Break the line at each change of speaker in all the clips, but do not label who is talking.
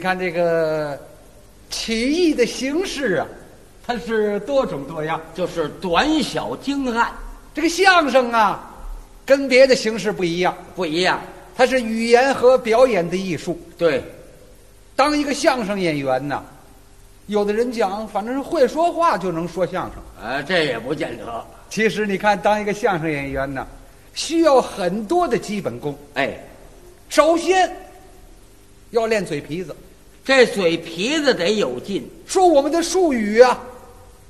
看这个起义的形式啊，它是多种多样。
就是短小精悍，
这个相声啊，跟别的形式不一样，
不一样。
它是语言和表演的艺术。
对，
当一个相声演员呢，有的人讲，反正会说话就能说相声。
呃，这也不见得。
其实你看，当一个相声演员呢，需要很多的基本功。
哎，
首先，要练嘴皮子，
这嘴皮子得有劲，
说我们的术语啊，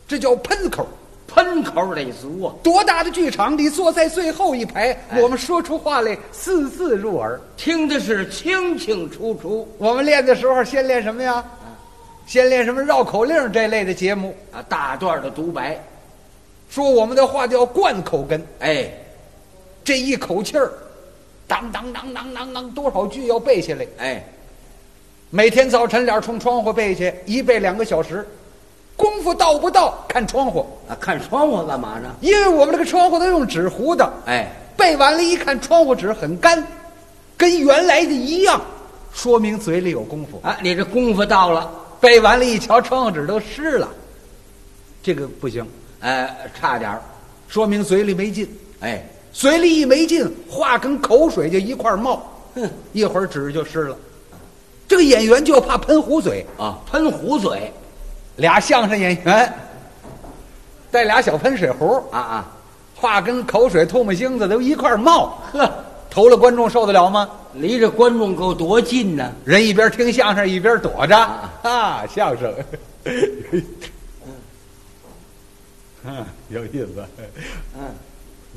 这叫喷口。
喷口得足啊！
多大的剧场里坐在最后一排，
哎
我们说出话来字字入耳。
听的是清清楚楚
我们练的时候先练什么呀？先练什么绕口令这类的节目，
啊，大段的独白。
说我们的话叫贯口根，
哎，
这一口气儿，当当当当当当，多少句要背下来。
哎，
每天早晨脸冲窗户背去，一背两个小时，功夫到不到看窗户，
啊，看窗户干嘛呢？
因为我们这个窗户都用纸糊的，
哎，
背完了，一看窗户纸很干，跟原来的一样，说明嘴里有功夫。
啊，你这功夫到了，
背完了，一瞧窗户纸都湿了，这个不行，
呃，差点儿。
说明嘴里没劲。
哎，
嘴里一没劲，话跟口水就一块儿冒，
哼
一会儿纸就湿了。这个演员就怕喷壶嘴，
啊，喷壶嘴
俩相声演员带俩小喷水壶，
啊啊，
话跟口水、唾沫星子都一块儿冒，
呵，
投了观众受得了吗？
离着观众够多近呢。
人一边听相声一边躲着
啊
啊，相声， 嗯，有意思，
嗯，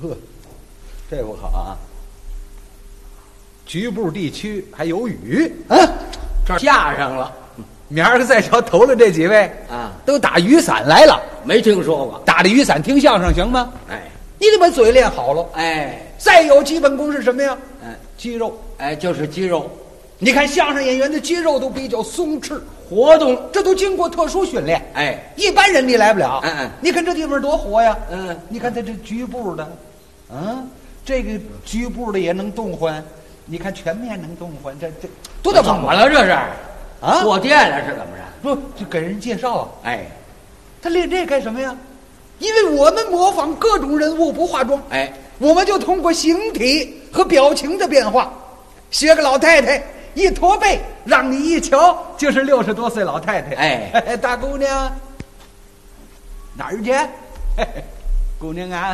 呵，这不好啊。局部地区还有雨，
啊
嗯、
这儿架上了
明儿个再瞧头了这几位
啊，
都打雨伞来了，
没听说过。
打着雨伞听相声行吗？
哎，
你得把嘴练好了。
哎，
再有基本功是什么呀？
哎，
肌肉。
哎，就是肌肉
你看相声演员的肌肉都比较松弛，
活动。
这都经过特殊训练。
哎，
一般人你来不了。
嗯嗯
你看这地方多活呀。
嗯
你看他这局部的，嗯，这个局部的也能动换，你看全面能动换，这这多大
怎
帮
么
忙
了这是？
啊
坐垫了是怎么着？
不，就给人介绍啊。
哎，
他练这干什么呀？因为我们模仿各种人物不化妆，
哎，
我们就通过形体和表情的变化，学个老太太一驼背，让你一瞧就是六十多岁老太太。
哎，
大姑娘，哪儿去？ 嘿嘿姑娘啊，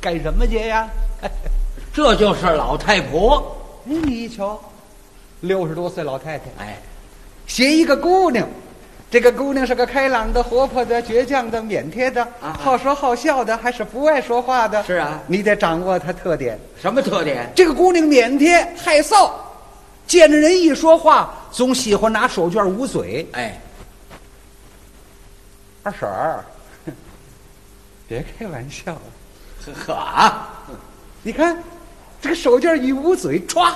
干什么去呀？ 嘿嘿
这就是老太婆。
哎，你一瞧，六十多岁老太太，
哎，
学一个姑娘。这个姑娘是个开朗的、活泼的、倔强的、腼腆的，
啊
好说好笑的，还是不爱说话的。
是啊
你得掌握她特点。
什么特点？
这个姑娘腼腆害臊，见着人一说话总喜欢拿手绢捂嘴。
哎，
二婶儿，别开玩笑了，
呵呵啊，
你看这个手绢一捂嘴，歘，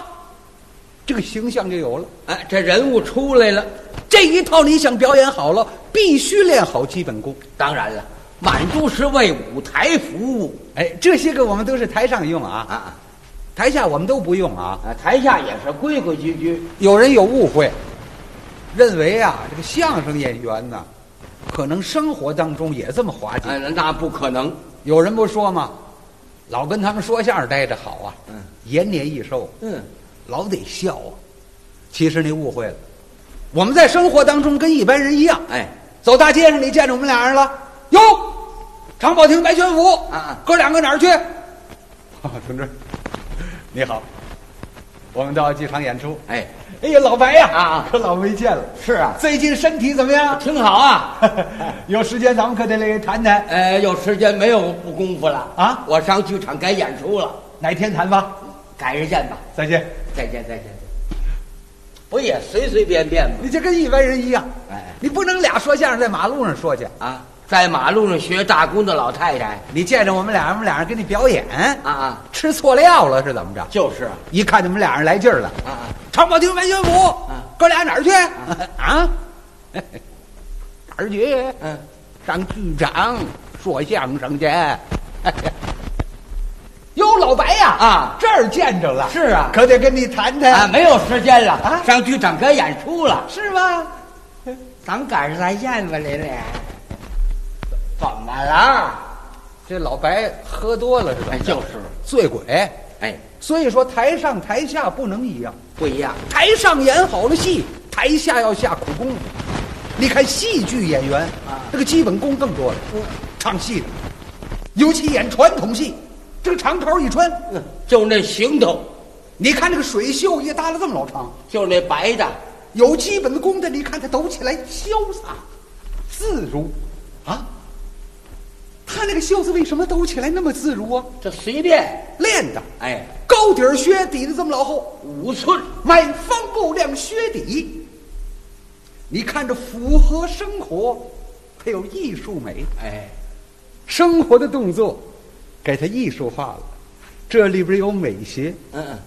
这个形象就有了。
哎，这人物出来了。
这一套你想表演好了，必须练好基本功。
当然了，满都是为舞台服务
哎，这些个我们都是台上用啊，
啊
台下我们都不用啊。
啊！台下也是规规矩矩。
有人有误会，认为啊，这个相声演员呢，可能生活当中也这么滑稽。
哎，那不可能。
有人不说吗？老跟他们说相声待着好啊，
嗯
延年益寿，
嗯，
老得笑啊。其实你误会了，我们在生活当中跟一般人一样，
哎，
走大街上你见着我们俩人了，哟，常宝霆、白全福，
啊啊
哥两个哪儿 去？啊，同志，你好，我们到剧场演出。
哎，
哎呀，老白呀，
啊啊
可老没见了，
是啊，
最近身体怎么 样？
挺好啊。
有时间咱们可得来谈谈，
呃，有时间没有不功夫了
啊
我上剧场该演出了，
哪天谈吧？
改日见吧，
再见。
再见再见。不也随随便便吗？
你这跟一般人一样，
哎
你不能俩说相声在马路上说去。
啊，在马路上学大姑的老太太
你见着我们俩，我们俩人给你表演，
啊啊，
吃错了药了是怎么着？
就是啊
一看你们俩人来劲儿了，
啊啊，
常宝霆、文学武，哥俩哪儿去？啊，哪儿去？
嗯，
上 剧场说相声去。哎呀哟，老白呀、
啊
这儿见着了，
是啊
可得跟你谈谈
啊，没有时间了，
啊
上剧场该演出了，
是吧？
咱赶上咱燕子来了。怎么了？
这老白喝多了是吧？
哎，就是，
醉鬼，
哎，
所以说台上台下不能一样，
不一样。
台上演好了戏，台下要下苦功夫。你看戏剧演员
啊嗯
这个基本功更多了，唱戏的，尤其演传统戏，这个长袍一穿，
嗯就那行头，
你看这个水袖一耷拉这么老长，
就那白的，
有基本的功的，你看他抖起来潇洒自如，啊，他那个袖子为什么抖起来那么自如啊？
这随便，
练的，
哎，
高底儿靴底子这么老厚，
五寸，
满方布亮靴底，你看着符合生活，它有艺术美，
哎，
生活的动作给它艺术化了，这里边有美学。
嗯嗯，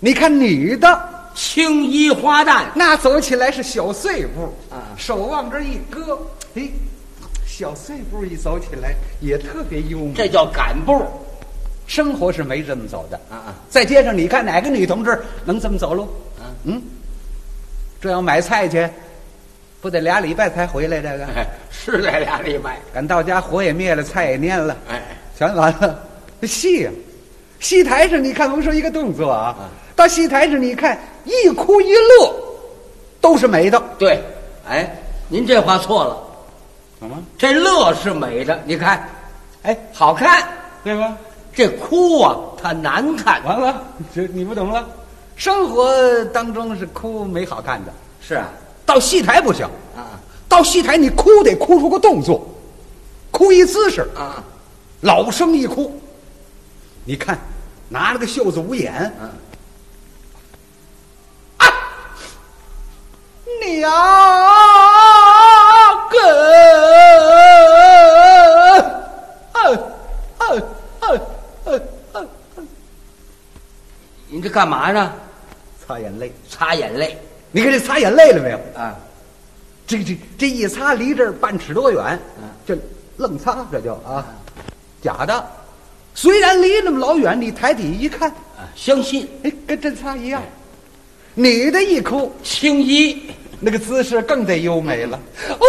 你看女的，
青衣花旦，
那走起来是小碎步
啊
手往这一搁，哎，小碎步一走起来也特别优美。
这叫赶步。
生活是没这么走的
啊啊！
在街上，你看哪个女同志能这么走路？
啊
嗯，这要买菜去，不得俩礼拜才回来？ 这个
哎， 是来俩礼拜。
赶到家，火也灭了，菜也蔫了，
哎，
全完了。戏啊，戏台上你看，甭说一个动作啊
啊，
到戏台上你看，一哭一乐，都是美的。
对，哎，您这话错了，
怎么？
这乐是美的，你看，
哎，
好看。
对吧？
这哭啊，它难看。
完了，这你不懂了。生活当中是哭没好看的，
是啊，
到戏台不行。
啊
到戏台你哭得哭出个动作，哭一姿势，
啊，
老生一哭。你看，拿了个袖子捂眼，
嗯
啊，娘个，呃呃呃呃呃，
你这干嘛呢？
擦眼泪。
擦眼泪
你看这擦眼泪了没有？
啊？
这这这一擦离这儿半尺多远
嗯，
这愣擦这就啊，假的。虽然离那么老远，你抬底一看，
啊，相信
哎，跟真擦一样。女的一哭，
青衣
那个姿势更得优美了。哦，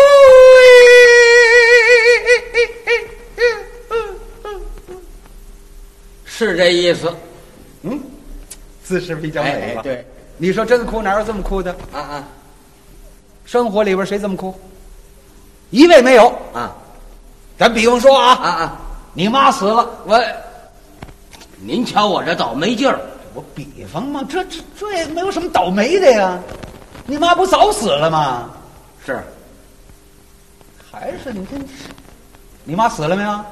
是这意思。
嗯，姿势比较美
哎
了。
哎，，对，
你说真哭哪有这么哭的？
啊啊
生活里边谁这么哭？一位没有。
啊
咱比方说
啊
啊，
啊！
你妈死了，
我，您瞧我这倒霉劲儿，
我比方嘛，这这这也没有什么倒霉的呀。你妈不早死了吗？
是
还是你这，你妈死了没有？啊？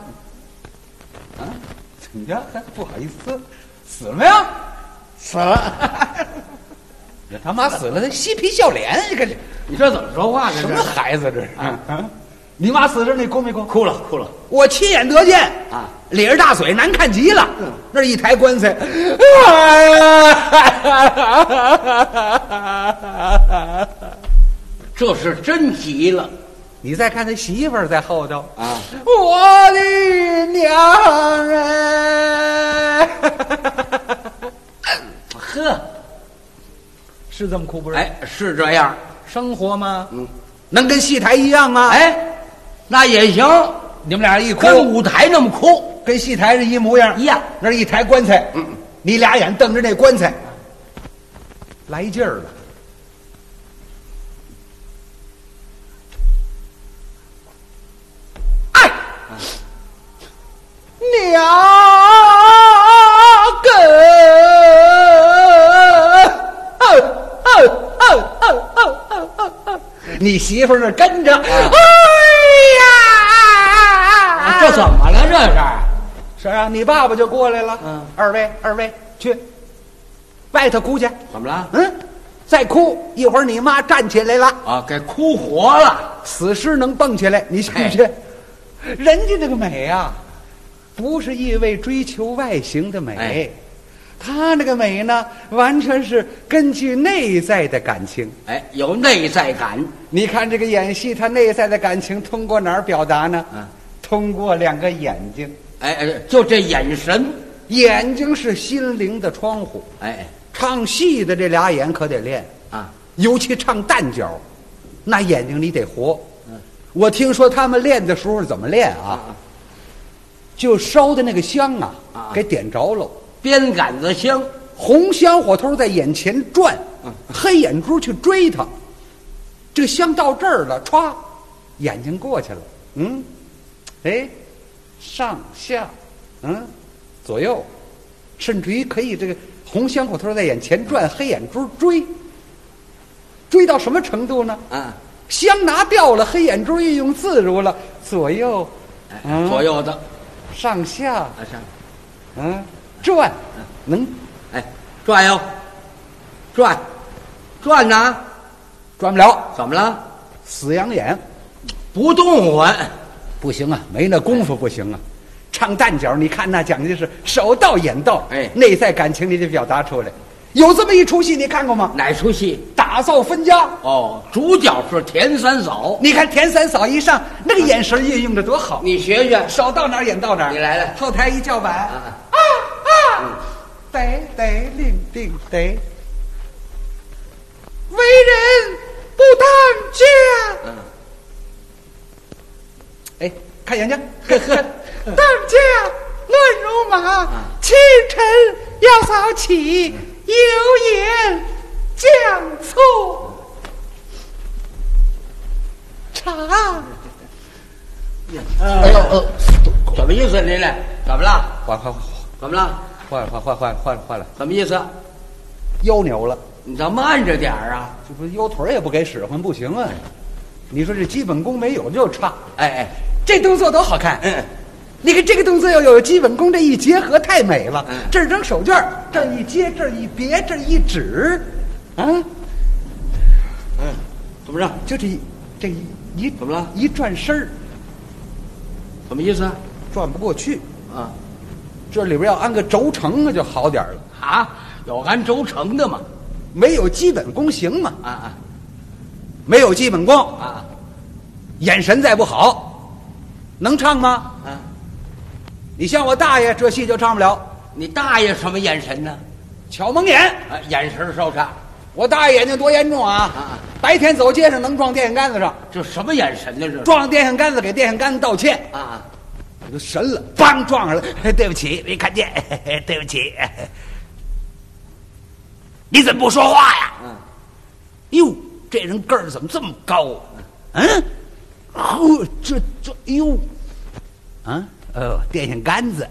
你这还不好意思，死了没有？死 了。他妈死了，他嬉皮笑脸，你看这
你这怎么说话呢？
什么孩子这是？啊你妈死时候你哭没哭？
哭了哭了
我亲眼得见
啊，
咧着大嘴，难看极了。那一抬棺材，
这是真急了
你再看他媳妇儿在后头，
啊！
我的娘哎，
呵，
是这么哭不是？，
哎，是这样，
生活吗？
嗯，
能跟戏台一样吗？，
哎，那也行，
你们俩一哭，
跟舞台那么哭
跟戏台是一模样
一。样。
那儿一抬棺材，
嗯，
你俩眼瞪着那棺材，来劲儿了。哎，娘哦个！哦你媳妇儿那儿跟
啊
着，哎呀，
啊这怎么了？这是
是啊，你爸爸就过来了。
嗯，
二位，二位去外头哭去。
怎么了？
嗯，再哭一会儿，你妈站起来了，
啊，给哭活了。
死尸能蹦起来，你信不信？人家那个美啊，不是一味追求外形的美，
哎
他那个美呢，完全是根据内在的感情。
哎，有内在感。
你看这个演戏，他内在的感情通过哪儿表达呢？
嗯，
通过两个眼睛。
哎，哎就这眼神，
眼睛是心灵的窗户，
哎
唱戏的这俩眼可得练，
啊，
尤其唱旦角，那眼睛你得活。
嗯
我听说他们练的时候是怎么练
啊
啊？
啊，
就烧的那个香啊
啊，
给点着喽，
鞭杆子香，
红香火头在眼前转
嗯，
黑眼珠去追它。这个香到这儿了，歘，眼睛过去了，嗯，哎，上下，嗯，左右，甚至于可以这个红香火头在眼前转，黑眼珠追，追到什么程度呢？
啊，
香拿掉了，黑眼珠运用自如了，左右，
哎
嗯
左右的
上下，
啊上，
嗯，转，能
哎，转悠，转，转呐，
转不了，
怎么了？
死养眼，
不动换，
不行啊，没那功夫不行啊。唱旦角，你看那讲究是手到眼到，
哎
内在感情你得表达出来。有这么一出戏，你看过吗？
哪出戏？
打造分家，
哦，主角是田三嫂，
你看田三嫂一上，那个眼神运用的多好，
你学学
手到哪儿眼到哪儿。
你来来
后台一叫板，
啊
啊啊，得得令定得，为人不当家。
嗯，
哎，看眼睛，呵呵，当家乱如麻，清晨要早起，油盐酱醋茶。
哎呦，呃什么意思？您嘞？怎么了？
换换
怎么了？
换换换换换换了，
什么意思？
腰扭了，
你倒慢着点儿啊！
这不是腰腿儿也不给使唤，不行啊！你说这基本功没有就差，
哎哎，
这动作多好看！
嗯，
你看这个动作要有基本功，这一结合太美了。
嗯
这儿扔手绢儿，这儿一接，这儿一别，这儿一指，啊，
嗯，怎么着？
就这一这一一
怎么了
一转身儿
什么意思？
转不过去，
啊
这里边要安个轴承啊就好点儿了。
啊，有按轴承的嘛？
没有基本功行吗？
啊啊
没有基本功，
啊
眼神再不好，能唱吗？
啊！
你像我大爷这戏就唱不了，
你大爷什么眼神呢？
巧蒙眼。
啊，眼神受伤，
我大爷眼睛多严重啊！
啊
白天走街上能撞电线杆子上，
这什么眼神呢？这
撞上电线杆子给电线杆子道歉，
啊！
我就神了，梆撞上了，哎对不起，没看见，对不起。你怎么不说话呀？
嗯，
哟，这人个儿怎么这么高、啊？嗯，呵，这这，哎呦，啊，哦，电线杆子，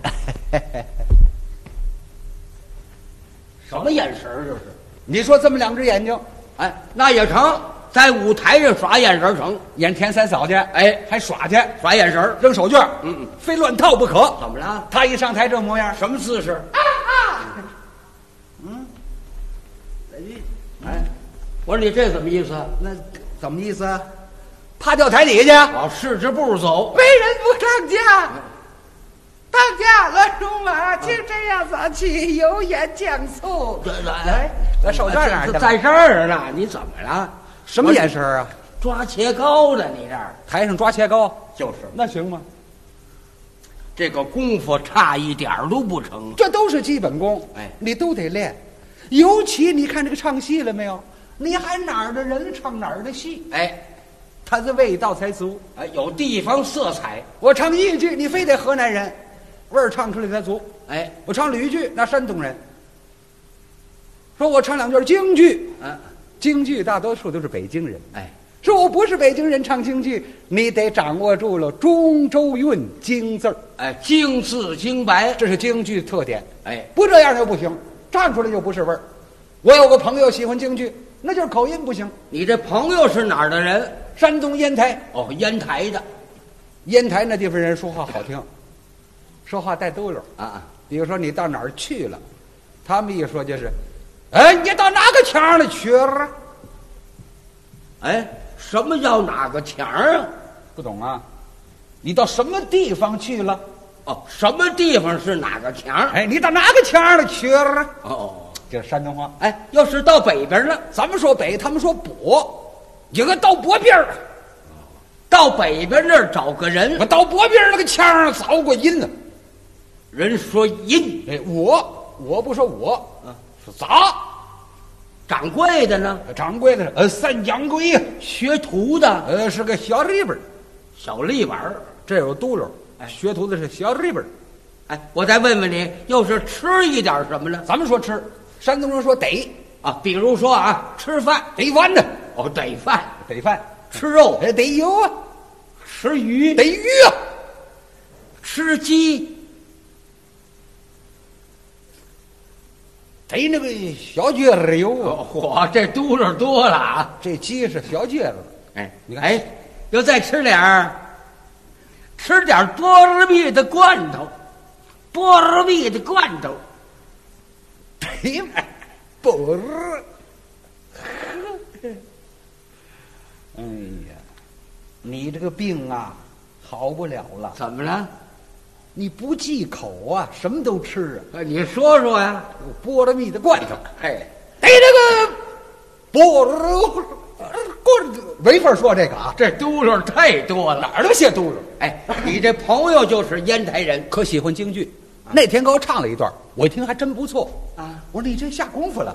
什么眼神儿这是？
你说这么两只眼睛，
哎，那也成，在舞台上耍眼神儿成，
演田三嫂去，
哎，
还耍去，
耍眼神儿
扔手绢，
嗯嗯，
非乱套不可。
怎么了？
他一上台这模样，
什么姿势？嗯，哎，我说你这怎么意思？
那怎么意思啊？趴掉台底下去，
往试着步走，
为人不当家，当家乱如麻，清晨要早起，油盐酱醋。
哎，
那手绢儿哪儿去了
在这儿呢？你怎么了？
什么眼神啊？
抓切糕呢？你这儿
台上抓切糕，
就是
那行吗？
这个功夫差一点儿都不成。
这都是基本功，
哎
你都得练。尤其你看这个唱戏了没有？你喊哪儿的人唱哪儿的戏，
哎
他的味道才足。
哎，有地方色彩。
我唱豫剧，你非得河南人，味儿唱出来才足。
哎，
我唱吕剧，那山东人。说我唱两句京剧，
嗯、
京剧大多数都是北京人。
哎，
说我不是北京人，唱京剧，你得掌握住了中州韵京字儿，
哎，精致精白。
这是京剧特点。
哎，
不这样就不行，唱出来就不是味儿。我有个朋友喜欢京剧，那就是口音不行。
你这朋友是哪儿的人？
山东烟台，
哦，烟台的。
烟台那地方人说话好听，说话带兜溜儿。
啊，
比如说你到哪儿去了，他们一说就是，哎，你到哪个腔里去了？
哎，什么叫哪个墙儿啊？
不懂啊？你到什么地方去了？
哦，什么地方是哪个墙儿？
哎，你到哪个腔里去了？
哦，
这是山东话。
哎，要是到北边了，
咱们说北，他们说北，有个到北边儿，
到北边那儿找个人
我到北边儿那个腔儿凿过音呢。
人说阴，
哎，我我不说我，
啊，
说砸。
掌柜的呢，
掌柜的，呃，三掌柜呀，
学徒的
呃，是个小日本儿，
小立板儿。
这有嘟噜，
哎
学徒的是小日本儿。
哎，我再问问你，要是吃一点什么呢？
咱们说吃，山东人说得
啊，比如说啊，吃饭
得饭呢，
哦，逮饭，
得饭，
吃肉，
哎，得油啊，
吃鱼，
得鱼啊，
吃鸡，
得那个小橛子油啊。
哦嚯、这嘟噜多了啊！
这鸡是小橛子，
哎，
你看
哎，要再吃点儿，吃点儿菠萝蜜的罐头，菠萝蜜的罐头，
得嘛，不是。哎呀，你这个病啊，好不了了。
怎么了？
你不忌口啊，什么都吃啊，
呃你说说呀、哎
有菠萝蜜的罐头。
嘿，
逮这个不棍子，没法说这个啊，
这嘟噜太多了。
哪儿那么些嘟噜？
哎，你这朋友就是烟台人
可喜欢京剧，那天给我唱了一段，我一听还真不错。
啊？
我说你这下功夫了，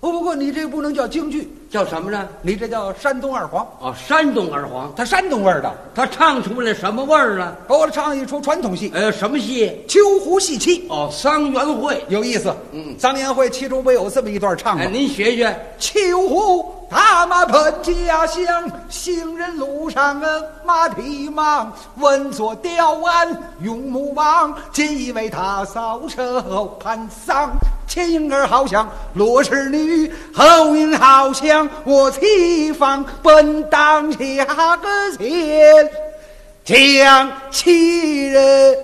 不不过你这不能叫京剧，
叫什么呢？
你这叫山东二黄，
哦，山东二黄，
他山东味儿的。
他唱出来什么味儿了？
给我唱一出传统戏
呃，什么戏？
《秋胡戏妻》，
哦，桑园会。
有意思。
嗯
张延会其中不有这么一段唱吗
哎，？您学学。
秋胡打马奔家乡， 行人路上啊马蹄忙，稳坐雕鞍勇目望，锦衣为他扫射后攀桑。前影儿好像罗织女，后影好像我妻房，奔当下个前将其人。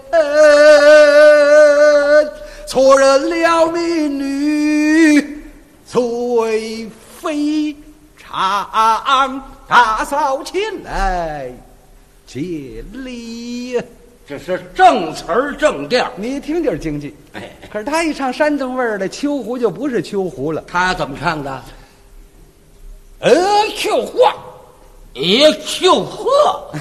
错认了民女，最非常打扫起来，尽力。
这是正词儿正调。
你一听就是京剧，
哎，
可是他一唱山东味儿的秋胡就不是秋胡了，
他怎么唱的？
呃，秋胡，哎
也就呵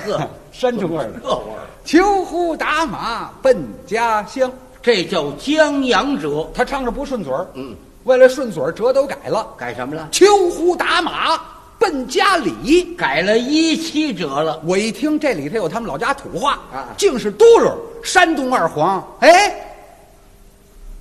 呵，
山东味儿的
这味儿，
秋胡打马奔家乡，
这叫江洋折。
他唱着不顺嘴儿，
嗯，
为了顺嘴儿折都改了，
改什么了？
秋胡打马奔家里。
改了一七折了。
我一听这里头有他们老家土话
啊
竟是嘟噜，山东二黄，哎，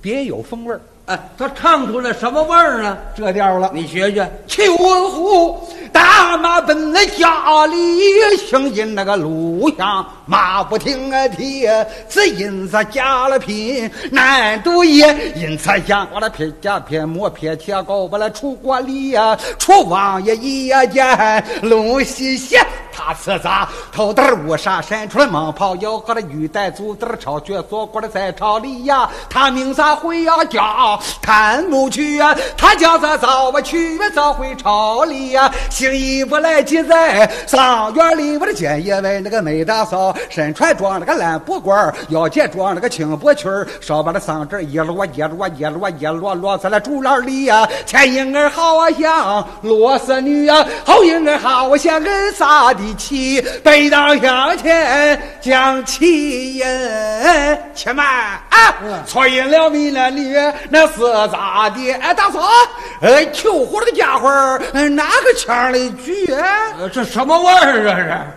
别有风味儿，
哎，他唱出来什么味儿呢？
这调了。
你学学。
秋胡大马奔了家里，行进那个路上马不停啊蹄，只因他加了贫，难度也因他养我了撇家撇磨撇铁高不了出锅里呀，出王爷一呀见龙西西。他吃啥？头袋儿我上山出来冒泡腰和那玉带足袋儿炒脚做过来在炒里呀，他名啥回呀叫看不去呀、他叫咱早吧去呀早回朝里呀、行医不来急在上院里我的见一位那个美大嫂，身穿装了个蓝布褂儿，腰间装了个青布裙儿，手把那桑枝儿一摞一摞一摞一摞摞在那竹篮里呀、前影儿好啊像罗丝女呀、后影儿好啊像个撒的气，背到向前将气引，且慢啊
嗯，
错引了你了你那是咋的？哎，大嫂，哎，嗯秋胡这个家伙儿，哎哪个腔儿里去？
呃，这什么味儿啊？